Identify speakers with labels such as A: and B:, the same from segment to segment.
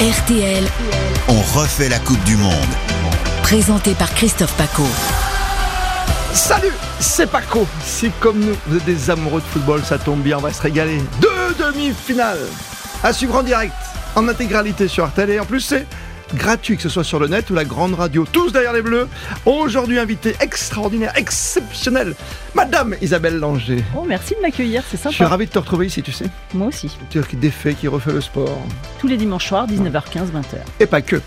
A: RTL,
B: On refait la Coupe du Monde.
A: présenté par Christophe Paco.
C: Salut, c'est Paco. Si comme nous, vous êtes des amoureux de football, ça tombe bien, on va se régaler. Deux demi-finales à suivre en direct, en intégralité sur Artel. Et en plus, c'est gratuit, que ce soit sur le net ou la grande radio. Tous derrière les bleus. Aujourd'hui, invité extraordinaire, exceptionnel, Madame Isabelle Langer.
D: Oh, merci de m'accueillir, c'est
C: Je suis
D: sympa.
C: ravi de te retrouver ici, tu sais.
D: Moi aussi.
C: Tu qui défait, qui refait le sport.
D: Tous les dimanches soirs, 19h15, 20h.
C: Et pas que.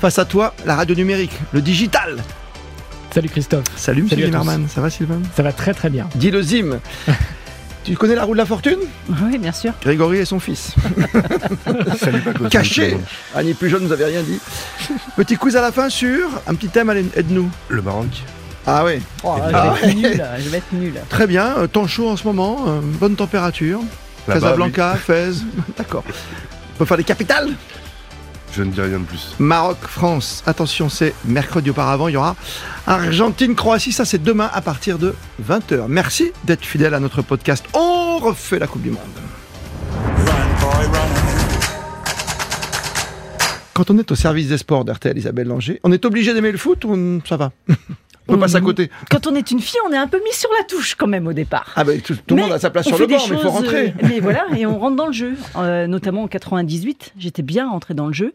C: Face à toi, la radio numérique, le digital.
E: Salut Christophe,
C: Salut, Monsieur
E: Salut à
C: Zimmermann. Ça va, Sylvain
E: ça va très très bien.
C: Dis le Zim. tu connais la roue de la fortune
D: Oui, bien sûr.
C: Grégory et son fils. Caché Annie Ah, plus jeune nous avait rien dit. Petit quiz à la fin sur un petit thème, allez, aide-nous.
F: Le Maroc.
C: Ah oui,
D: Oh, je
C: Ah
D: vais être nul, je vais être nul.
C: très bien, euh, temps chaud en ce moment, euh, bonne température.
F: Là-bas,
C: Casablanca, Fès, d'accord. On peut faire les capitales
F: oui. Je ne dis rien de plus.
C: Maroc, France, attention, c'est mercredi auparavant, il y aura Argentine, Croatie, ça c'est demain à partir de 20h. Merci d'être fidèle à notre podcast. On refait la Coupe du Monde. Quand on est au service des sports d'RTL Isabelle Langer, on est obligé d'aimer le foot ou on- ça va On peut
D: Mm-hmm.
C: passer à côté.
D: Quand on est une fille, on est un peu mis sur la touche quand même au départ.
C: Ah ben tout, tout le
D: Mais
C: monde a sa place
D: on
C: sur le
D: fait des
C: banc, mais il faut
D: choses,
C: rentrer.
D: euh, mais voilà, et on rentre dans le jeu. Euh, notamment en 98, j'étais bien rentrée dans le jeu.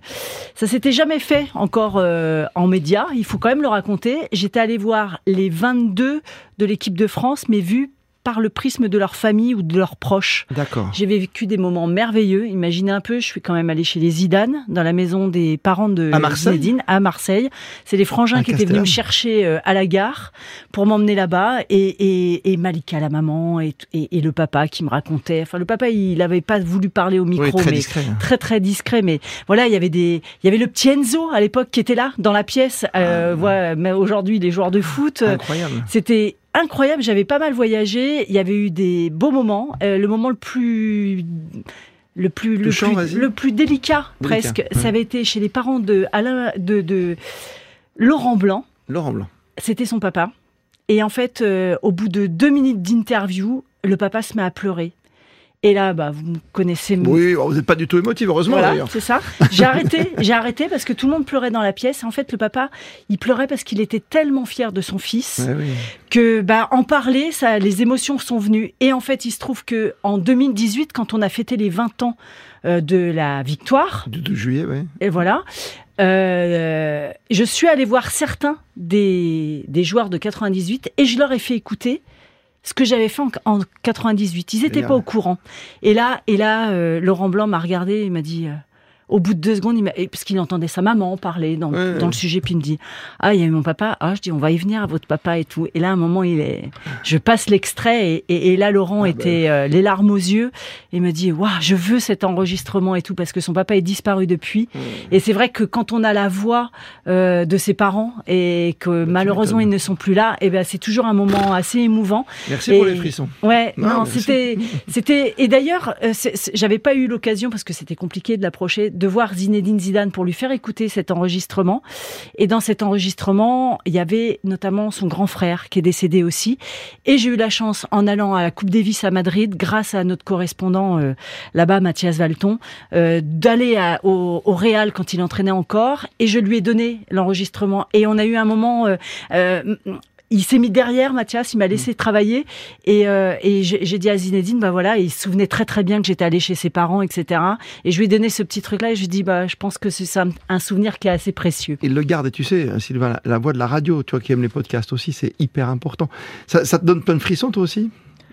D: Ça s'était jamais fait encore euh, en média, il faut quand même le raconter. J'étais allée voir les 22 de l'équipe de France, mais vus par le prisme de leur famille ou de leurs proches.
C: D'accord.
D: J'ai vécu des moments merveilleux. Imaginez un peu, je suis quand même allée chez les Zidane, dans la maison des parents de
C: À Marseille
D: Zinedine, à Marseille. C'est les frangins
C: À
D: qui étaient venus
C: Castellane.
D: me chercher euh, à la gare pour m'emmener là-bas. Et, et, et Malika, la maman, et, t- et, et le papa qui me racontait. Enfin, le papa, il n'avait pas voulu parler au micro,
C: oui, très
D: mais
C: discret. hein.
D: très très discret mais voilà il y avait des il y avait le petit Enzo à l'époque qui était là dans la pièce euh,
C: Ah,
D: voilà, mais aujourd'hui les joueurs de foot euh,
C: Incroyable.
D: c'était incroyable, j'avais pas mal voyagé, il y avait eu des beaux moments, Euh, le moment le plus le plus le
C: Touchant, vas-y.
D: plus, le plus délicat,
C: Délicat,
D: presque,
C: ouais.
D: ça avait été chez les parents de Alain de, de Laurent Blanc,
C: Laurent Blanc.
D: c'était son papa. Et en fait, euh, au bout de deux minutes d'interview, le papa se met à pleurer. Et là, bah, vous me connaissez
C: Oui, oh, vous n'êtes pas du tout émotif, heureusement
D: voilà,
C: d'ailleurs.
D: c'est ça. J'ai arrêté, j'ai arrêté parce que tout le monde pleurait dans la pièce. En fait, le papa, il pleurait parce qu'il était tellement fier de son fils
C: Ouais, Eh oui.
D: que bah en parler ça les émotions sont venues et en fait il se trouve que en 2018 quand on a fêté les 20 ans euh, de la victoire
C: Du 12 juillet, oui.
D: et voilà euh, je suis allée voir certains des, des joueurs de 98 et je leur ai fait écouter ce que j'avais fait en, en 98 ils n'étaient
C: Génial.
D: pas au courant et là et là euh, Laurent Blanc m'a regardé il m'a dit euh, au bout de deux secondes, il m'a- et- parce qu'il entendait sa maman parler dans,
C: Ouais, ouais.
D: dans le sujet, puis il me dit Ah, il y a eu mon papa. Ah, je dis On va y venir à votre papa et tout. Et là, à un moment, il est. Je passe l'extrait et, et- et là, Laurent
C: Ah,
D: était euh, les larmes aux yeux et me dit Waouh, je veux cet enregistrement et tout, parce que son papa est disparu depuis. Et c'est vrai que quand on a la voix euh, de ses parents et que malheureusement, ils
C: m'étonnes.
D: ne sont plus là, et ben c'est toujours un moment assez émouvant.
C: Merci
D: Et-
C: pour les frissons.
D: Ouais,
C: Non,
D: non,
C: mais si.
D: c'était, c'était, et d'ailleurs, euh, c'est- c'est- j'avais pas eu l'occasion parce que c'était compliqué de l'approcher, de voir Zinedine Zidane pour lui faire écouter cet enregistrement. Et dans cet enregistrement, il y avait notamment son grand frère qui est décédé aussi. Et j'ai eu la chance, en allant à la Coupe Davis à Madrid, grâce à notre correspondant euh, là-bas, Mathias Valton, euh, d'aller à- au, au Real quand il entraînait encore. Et je lui ai donné l'enregistrement. Et on a eu un moment. euh, euh, il s'est mis derrière Mathias, il m'a laissé travailler et, euh, et j'ai j'ai dit à Zinedine, bah voilà, il se souvenait très très bien que j'étais allée chez ses parents, etc. Et je lui ai donné ce petit truc-là et je lui ai dit, bah je pense que c'est un, un souvenir qui est assez précieux.
C: Il le garde, et tu sais, Sylvain, la, la voix de la radio, tu vois, qui aime les podcasts aussi, c'est hyper important. Ça, ça te donne plein de frissons, toi aussi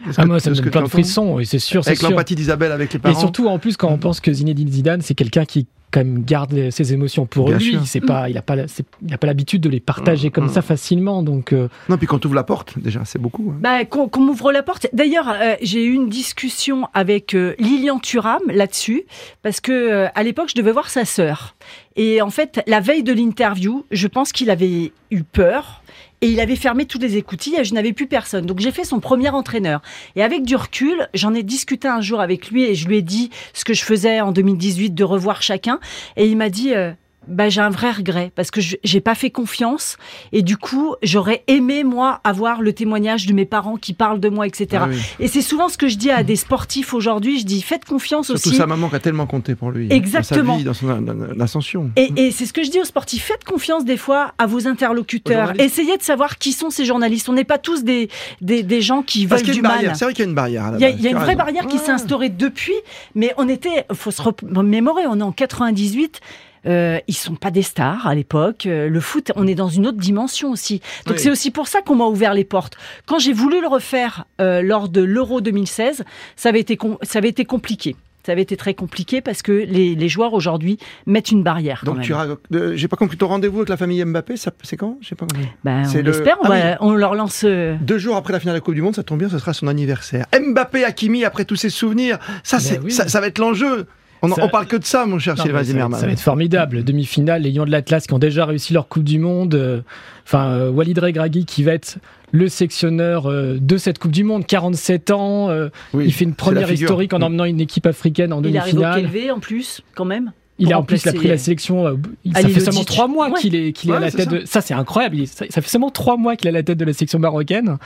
C: Est-ce
E: Ah,
C: que-
E: moi, ça
C: de
E: me
C: ce
E: donne
C: que
E: plein
C: tu entends
E: de frissons, et c'est sûr, c'est
C: Avec
E: sûr.
C: l'empathie d'Isabelle, avec les
E: Et
C: parents.
E: surtout, en plus, quand on pense que Zinedine Zidane, c'est quelqu'un qui quand même garde les- ses émotions pour
C: Bien
E: lui,
C: sûr. Mm,
E: c'est pas, il n'a pas, la- c'est- il a pas l'habitude de les partager comme ça facilement, donc euh,
C: Non, puis quand tu ouvres la porte, déjà, c'est beaucoup. hein.
D: Bah, qu'on qu'on m'ouvre la porte. D'ailleurs, euh, j'ai eu une discussion avec euh, Lilian Thuram là-dessus, parce que euh, à l'époque, je devais voir sa sœur. Et en fait, la veille de l'interview, je pense qu'il avait eu peur. Et il avait fermé tous les écoutilles et je n'avais plus personne. Donc j'ai fait son premier entraîneur. Et avec du recul, j'en ai discuté un jour avec lui et je lui ai dit ce que je faisais en 2018 de revoir chacun. Et il m'a dit, euh, bah, j'ai un vrai regret parce que je- j'ai pas fait confiance et du coup j'aurais aimé moi avoir le témoignage de mes parents qui parlent de moi, etc.
C: Ah oui.
D: Et c'est souvent ce que je dis à des sportifs aujourd'hui. Je dis faites confiance
C: Surtout
D: aussi.
C: sa maman qui a tellement compté pour lui.
D: Exactement.
C: Dans sa vie, dans son a- a- ascension.
D: Et, et c'est ce que je dis aux sportifs, faites confiance des fois à vos
C: Aux
D: interlocuteurs.
C: journalistes.
D: Essayez de savoir qui sont ces journalistes. On n'est pas tous des, des, des gens qui
C: Parce
D: veulent
C: qu'il y a
D: du
C: une
D: mal.
C: barrière. C'est vrai Ah. qu'il y a une barrière. à la
D: Il y a,
C: base,
D: il y a une
C: tu as
D: vraie
C: raison.
D: barrière qui s'est instaurée depuis, mais on était, faut se remémorer, on est en 98. Euh, ils sont pas des stars à l'époque. Euh, le foot, on est dans une autre dimension aussi. Donc
C: Oui.
D: c'est aussi pour ça qu'on m'a ouvert les portes. Quand j'ai voulu le refaire euh, lors de l'Euro 2016, ça avait été com- ça avait été compliqué. Ça avait été très compliqué parce que les, les joueurs aujourd'hui mettent une barrière. quand
C: Donc
D: même.
C: tu rac- euh, j'ai pas compris ton rendez-vous avec la famille Mbappé, ça- c'est quand J'ai pas compris.
D: Ben,
C: c'est
D: on
C: le-
D: l'espère, on,
C: Ah
D: va- on leur lance. euh,
C: Deux jours après la finale de la Coupe du Monde, ça tombe bien, ce sera son anniversaire. Mbappé Hakimi après tous ses souvenirs, ça
E: Mais
C: c'est
E: Ben oui.
C: ça, ça va être l'enjeu. On, en-
E: Ça-
C: on parle que de ça, mon cher
E: Non,
C: Sylvain
E: mais ça,
C: Zimmermann.
E: ça va être formidable. Demi-finale, ayant de l'Atlas qui ont déjà réussi leur Coupe du Monde. euh, Enfin, euh, Walid Regragui qui va être le sectionneur euh, de cette Coupe du Monde. 47 ans. euh,
C: Oui,
E: il fait une
C: c'est la
E: première
C: figure. Mm.
E: historique en emmenant une équipe africaine en
D: il arrive au
E: demi-finale.
D: KLV en plus, quand même.
E: Il
D: pour
E: a en plus il a
D: remplacer-
E: pris la sélection. euh, il- Ça
D: Ali
E: fait seulement
D: Lodic.
E: trois mois
D: Ouais.
E: qu'il est, qu'il est à
C: Ouais,
E: la
C: c'est
E: tête.
C: ça.
E: De, ça c'est incroyable. il- ça, ça fait seulement trois mois qu'il est à la tête de la sélection marocaine.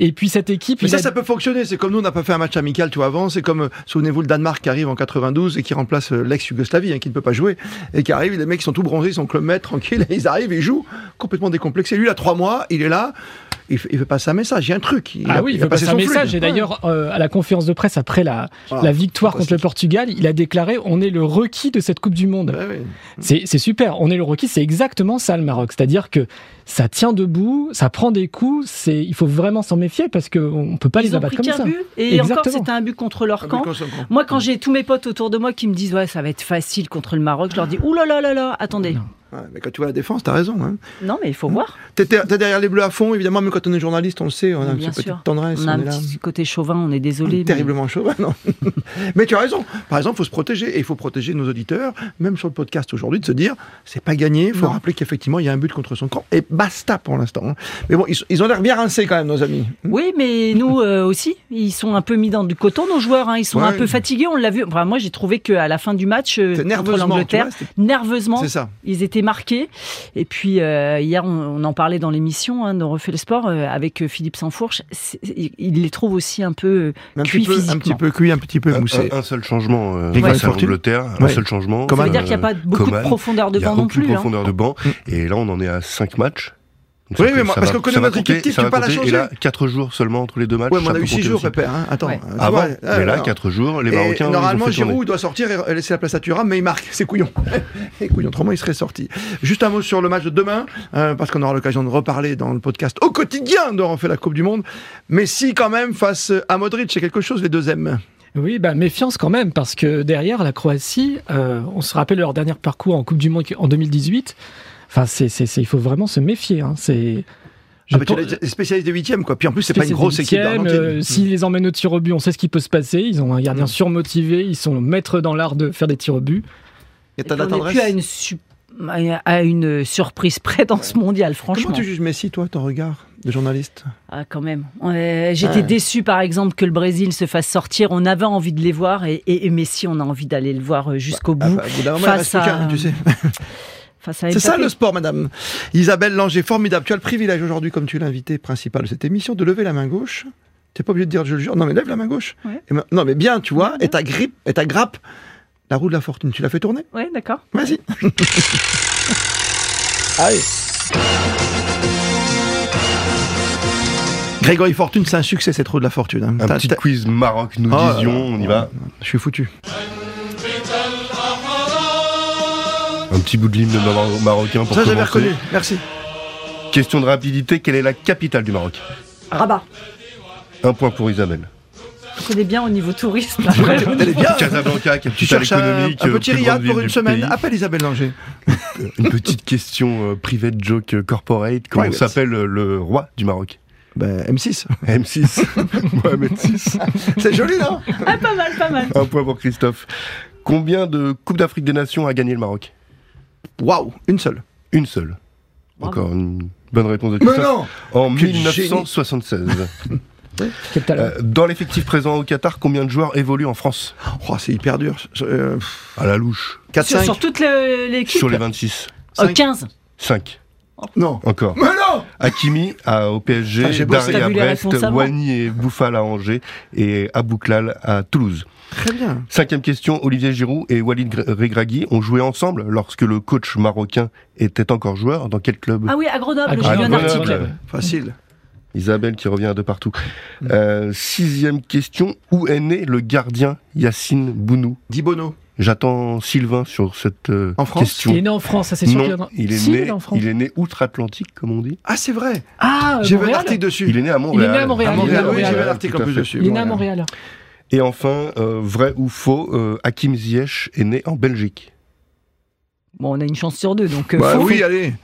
E: Et puis cette équipe,
C: Mais
E: il
C: ça,
E: a-
C: ça peut fonctionner. C'est comme nous, on n'a pas fait un match amical, tu vois, avant. C'est comme, euh, souvenez-vous, le Danemark qui arrive en 92 et qui remplace euh, l'ex-Yougoslavie, hein, qui ne peut pas jouer, et qui arrive, les mecs ils sont tout bronzés, ils sont club maître, tranquille, et ils arrivent, ils jouent, complètement décomplexés. Lui, il a trois mois, il est là, il, f- il veut passer un message, il y a un truc. Il
E: ah
C: a-
E: oui, il
C: a
E: veut passer un
C: son fluide.
E: message. Et d'ailleurs, euh, à la conférence de presse après la,
C: Ah,
E: la victoire
C: fantastique.
E: contre le Portugal, il a déclaré on est le requis de cette Coupe du Monde.
C: Ouais, ouais.
E: C'est c'est super. On est le requis, c'est exactement ça le Maroc. C'est-à-dire que ça tient debout, ça prend des coups. C'est il faut vraiment s'en méfier parce qu'on peut pas les
D: Ils ont
E: abattre
D: pris
E: comme ça.
D: qu'un but et encore
E: Exactement.
D: c'était un but contre leur
C: Ah,
D: camp.
C: mais quand-
D: Moi, quand j'ai tous mes potes autour de moi qui me disent ouais, ça va être facile contre le Maroc, je leur dis ouh là là là là, attendez. Non,
E: Non.
C: Ouais, mais quand tu vois la défense, t'as raison. Hein.
D: mais il faut voir.
C: T'es t'es- t'es derrière les bleus à fond, évidemment, même quand on est journaliste, on le sait, on a un
D: Bien
C: petit peu
D: sûr.
C: de tendresse.
D: On a un
C: est là.
D: petit côté chauvin, on est désolé. mais-
C: terriblement chaud. bah, non. mais tu as raison. Par exemple, il faut se protéger et il faut protéger nos auditeurs, même sur le podcast aujourd'hui, de se dire c'est pas gagné. Il faut
D: Non.
C: rappeler qu'effectivement il y a un but contre son camp et basta pour l'instant. hein. Mais bon, ils, sont- ils ont l'air bien rincés quand même, nos amis.
D: Oui, mais nous euh, aussi, ils sont un peu mis dans du coton, nos joueurs. hein. Ils sont
C: Ouais.
D: un peu fatigués, on l'a vu. Enfin, moi, j'ai trouvé qu'à la fin du match, euh,
C: C'est
D: contre
C: nerveusement,
D: l'Angleterre,
C: tu vois,
D: nerveusement,
C: C'est ça.
D: Ils étaient marqués. Et puis, euh, hier, on, on en parlait dans l'émission, hein, on refait le sport euh, avec euh, Philippe Sansfourche. C'est- Il il les trouve aussi un peu. euh,
C: Un
D: Cuit
C: petit, peu, un
D: physiquement.
C: petit peu cuit, un petit peu
F: Un,
C: moussé.
F: Euh, un- un seul changement, euh,
C: Des
F: face à
C: grandes fortunes.
F: l'Angleterre, un
C: Ouais.
F: seul changement.
C: Comment
D: Ça veut
C: Euh,
D: dire qu'il n'y a pas beaucoup
F: Coman,
D: de profondeur de
F: il y a
D: banc non
F: aucune
D: plus. hein.
F: profondeur de banc. Et là, on en est à 5 matchs. Donc, ça
C: Mm. Oui,
F: peut-
C: mais moi-
F: ça
C: parce
F: va-
C: qu'on connaît
F: ça va
C: notre
F: compter,
C: équipe, tu
F: ça va
C: peux pas la
F: compter.
C: changer.
F: Et là, 4 jours seulement entre les deux matchs.
C: Ouais, mais
F: ça
C: on a
F: peut
C: eu 6
F: compter
C: jours,
F: aussi.
C: repère. hein. Attends.
D: Ouais.
C: tu vois,
F: Avant,
C: ouais,
F: Ah mais là,
C: ouais.
F: 4 jours, les
C: Et
F: Marocains. ils ont
C: normalement,
F: fait tourner.
C: Giroud doit sortir et laisser la place à Thuram, mais il marque. C'est couillon. Et couillon. Autrement, il serait sorti. Juste un mot sur le match de demain, euh, parce qu'on aura l'occasion de reparler dans le podcast au quotidien de refait la Coupe du Monde. Mais si, quand même, face à Modric, c'est quelque chose, les deux aiment.
E: Oui, bah méfiance quand même parce que derrière la Croatie, euh, on se rappelle leur dernier parcours en Coupe du Monde en 2018. Enfin, c'est c'est c'est- il faut vraiment se méfier. Hein. C'est je
C: Ah, bah, tu
E: pense-
C: l'as dit, les spécialistes des huitièmes, quoi. Puis en plus, c'est pas une
E: des
C: grosse équipe
E: huitièmes, euh,
C: d'Argentine. Mm.
E: S'ils les emmènent au tir au but, on sait ce qui peut se passer. Ils ont un gardien surmotivé, ils sont maîtres dans l'art de faire des tirs au but.
C: Et
D: Et
C: t'as de
D: puis,
C: la
D: on n'est plus à
C: tendresse.
D: une, sup- à une surprise près dans ce mondial, franchement.
C: Comment tu juges Messi, toi, ton regard de journaliste
D: Ah, quand même. Euh, J'étais
C: Ouais.
D: déçu, par exemple, que le Brésil se fasse sortir. On avait envie de les voir et, et, et Messi, on a envie d'aller le voir euh, jusqu'au
C: Ah,
D: bout.
C: bah, au bout d'un moment, il
D: face
C: reste plus
D: à-
C: qu'un, tu sais.
D: face à
C: C'est ça
D: Mbappé.
C: le sport, madame. Isabelle Langer, formidable. Tu as le privilège aujourd'hui, comme tu es l'invité principal de cette émission, de lever la main gauche. T'es pas obligé de dire je le jure. Non, mais lève la main gauche.
D: Ouais.
C: Et ma- non, mais bien, tu vois. Et ta grippe, et ta grappe, la roue de la fortune, tu l'as fait tourner.
D: Ouais, d'accord.
C: Vas-y. Allez. Grégory Fortune, c'est un succès cette roue de la fortune. hein.
F: Un
C: T'as-
F: petit
C: t'as-
F: quiz Maroc, nous
C: Oh là
F: disions,
C: là.
F: on y va.
C: Je suis foutu.
F: Un petit bout de l'hymne maro- marocain pour
C: Ça, j'avais
F: commencer.
C: reconnu. Merci.
F: Question de rapidité, quelle est la capitale du Maroc
D: Rabat.
F: Un point pour Isabelle.
D: Je connais bien au niveau tourisme.
C: Elle est bien.
F: Casablanca,
C: Tu
F: capitale
C: cherches un, un
F: économique. euh,
C: petit
F: plus grande
C: riad pour
F: ville
C: une
F: du
C: semaine.
F: pays.
C: Appelle Isabelle Langer.
F: Une petite question euh, private joke euh, corporate. Comment
C: Private.
F: s'appelle euh, le roi du Maroc
C: Ben, M6.
F: M6. Mohamed VI.
C: C'est joli, non
D: ah, pas mal, pas mal.
F: Un point pour Christophe. Combien de Coupes d'Afrique des Nations a gagné le Maroc
C: Waouh, une seule.
F: Une seule.
D: Bravo.
F: Encore une bonne réponse de Christophe. En
C: Quel
F: 1976.
E: Quel talent.
F: Euh, dans l'effectif présent au Qatar, combien de joueurs évoluent en France
C: Oh, c'est hyper dur. Euh,
F: À la louche.
C: 4,
D: Sur,
C: 5,
D: sur toute le- l'équipe
F: Sur les 26.
D: Euh,
C: cinq.
D: 15.
F: 5.
C: Non.
F: Encore.
C: Mais non
F: Hakimi à, au PSG,
C: Ah, j'ai
F: Dari
D: bossé. T'as
F: à
D: vu les
F: Brest,
D: réponses avant.
F: Wani et Bouffal à Angers et Abouklal à Toulouse.
C: Très bien.
F: Cinquième question, Olivier Giroud et Walid Gre- Regragui ont joué ensemble lorsque le coach marocain était encore joueur. Dans quel club
D: Ah oui, à Grenoble,
E: Ah,
D: j'ai lu un
F: Grenoble.
D: article.
F: Ouais.
C: Facile.
F: Isabelle qui revient de partout.
E: Mm.
F: Euh, sixième question, où est né le gardien Yacine Bounou
C: Dis Bono.
F: J'attends Sylvain sur cette euh,
C: En France
E: Il est
F: question.
E: né en France, ça c'est sûr. qu'il
F: Non,
E: en-
F: il est
E: Si,
F: né,
E: en France.
F: il est né outre-Atlantique, comme on dit.
C: Ah, c'est vrai.
E: Ah,
C: J'ai vu
E: Montréal.
C: l'article dessus.
F: Il est né à Montréal.
E: à Montréal.
C: Ah,
E: Il est né
C: Montréal,
E: à
C: oui,
E: Montréal,
C: j'ai vu
E: tout
C: l'article en plus
F: Tout à fait.
C: dessus.
E: Il est né à Montréal.
F: Et enfin, euh, vrai ou faux, euh, Hakim Ziyech est né en Belgique.
D: Bon, on a une chance sur deux, donc. euh,
C: Bah
D: faut-
C: oui, allez.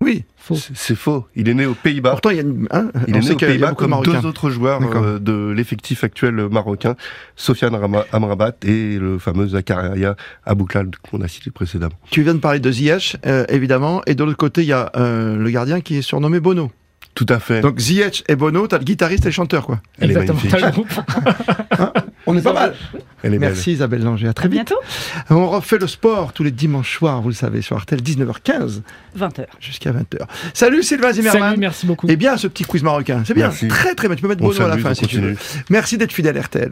C: Oui.
E: Faux.
F: C'est c'est faux. Il est né aux Pays-Bas.
C: Pourtant, il y a une. hein,
F: Il
C: on
F: est
C: sait
F: né aux
C: qu'il y a
F: Pays-Bas
C: beaucoup de
F: comme
C: Marocains.
F: deux autres joueurs
C: D'accord.
F: euh, de l'effectif actuel marocain, Sofiane Rama- Amrabat et le fameux Zakaria Abouklal qu'on a cité précédemment.
C: Tu viens de parler de Ziyech, euh, évidemment, et de l'autre côté, il y a euh, le gardien qui est surnommé Bono.
F: Tout à fait.
C: Donc Ziyech et Bono, t'as le guitariste et le chanteur, quoi.
F: Elle est
E: Exactement.
F: magnifique.
E: T'as le groupe.
C: On est pas mal.
F: Elle est belle.
C: Merci Isabelle Langer, à très
D: À
C: vite.
D: bientôt,
C: On refait le sport tous les dimanches soirs, vous le savez, sur Artel, 19h15
D: 20h.
C: jusqu'à 20h. Salut Sylvain Eh
E: Salut,
C: Zimmerman.
E: merci beaucoup.
C: Et bien ce petit quiz marocain, c'est bien.
F: Merci.
C: Très très bien, tu peux mettre
F: On
C: Bono à la
F: s'amuse,
C: fin
F: on
C: si tu veux.
F: continue.
C: Merci d'être fidèle RTL.